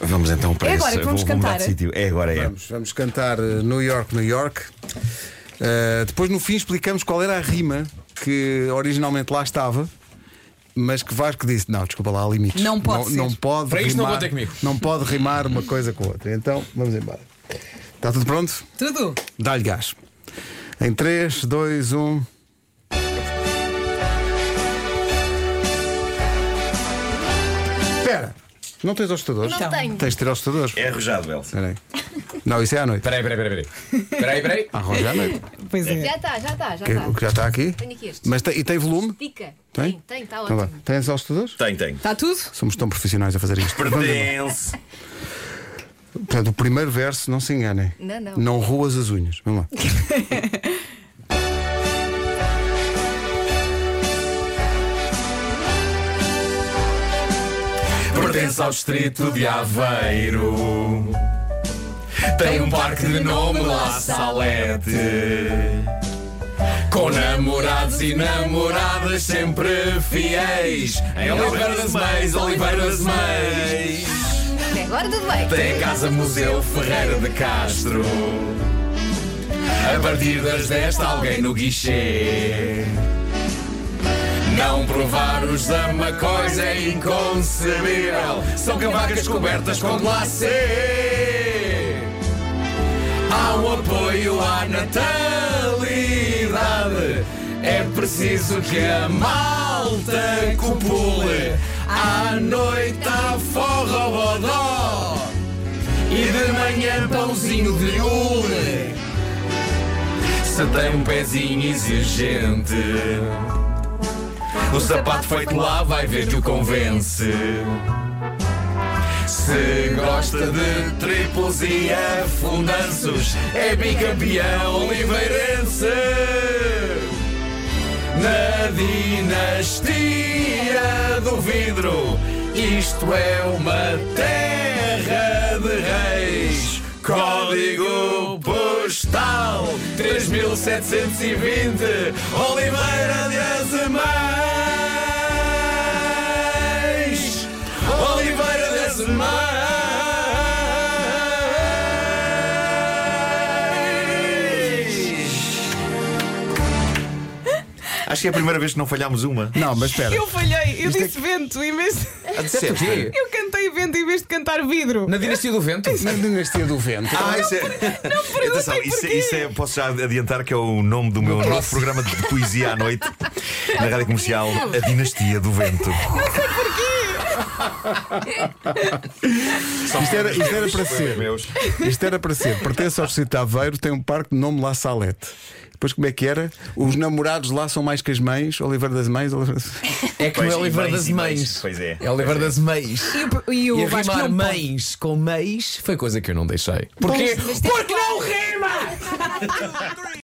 Vamos então para É esse agora que vamos vou- vou mudar cantar? de sítio. É agora, é. Vamos, vamos cantar eh, New York, New York. Eh, depois, no fim, explicamos qual era a rima que originalmente lá estava. Mas que Vasco disse: Não, desculpa lá, há limites. Não pode ser. não, pode Para isto não rimar- contem comigo. Não pode rimar uma coisa com a outra. Então, vamos embora. Está tudo pronto? Tudo. Dá-lhe gás. Em um. 3, 2, 1. Espera, não tens assustadores? Não tenho. Tens de ter assustadores. É arrojado, Elsa. Espera aí. Não, isso é à noite. Peraí, peraí, peraí. Peraí, peraí. peraí. Ah, hoje é à noite. Pois é. Já está, já está, já Que- está. o que já está aqui. Tenho aqui este. Mas tem, e tem volume? Dica. Tem? Tem, está Então vá. ótimo. Tens assustadores? Tem, tem. Está Tá tudo? Somos tão profissionais a fazer isto. Vamos embora. Pertence. Portanto, o primeiro verso, não se enganem. Não, não. Não ruas as unhas. Vamos lá. Pertence ao distrito de Aveiro. Tem um parque de nome La Salete. Com namorados e namoradas sempre fiéis. Em Oliveira das Mães, Oliveira das Mães. Até agora tudo bem. Tem a Casa Museu Ferreira de Castro. A partir das 10 está alguém no guichê. Não provar os amacóis é inconcebível. São cavacas cobertas com glacê. Há um apoio à natalidade. É preciso que a malta copule. À noite há forra ao bodó. E de manhã pãozinho de hule. Se tem um pezinho exigente. O sapato feito lá vai ver que o convence. Se gosta de triplos e afundanços, é bicampeão oliveirense. Na dinastia do vidro, isto é uma terra de reis. Código postal 3720, Oliveira de Azemais. Oliveira de Azemais. Acho que é a primeira vez que não falhámos uma. Não, mas espera. Eu falhei, eu disse vento em vez de... Eu cantei vento em vez de cantar vidro. Na dinastia do vento? Na dinastia do vento. Ah, isso é. Atenção, isso, é- isso é. Posso já adiantar que é o nome do meu novo programa de poesia à noite na rádio comercial A Dinastia do Vento. Ah, Isto era, isto era para ser. Meus. Isto era para ser. Pertence ao Distrito de Aveiro, tem um parque de nome La Salete. Depois, como é que era? Os namorados lá são mais que as mães, Oliveira das Mães. Oliveira das- É que Pois, não é e Oliveira mães, das e mães. Mães. Pois é. É Oliveira das Mães. E o, e o E Vasco rimar não pode. mães com meis foi coisa que eu não deixei. Porquê? Porque não rima!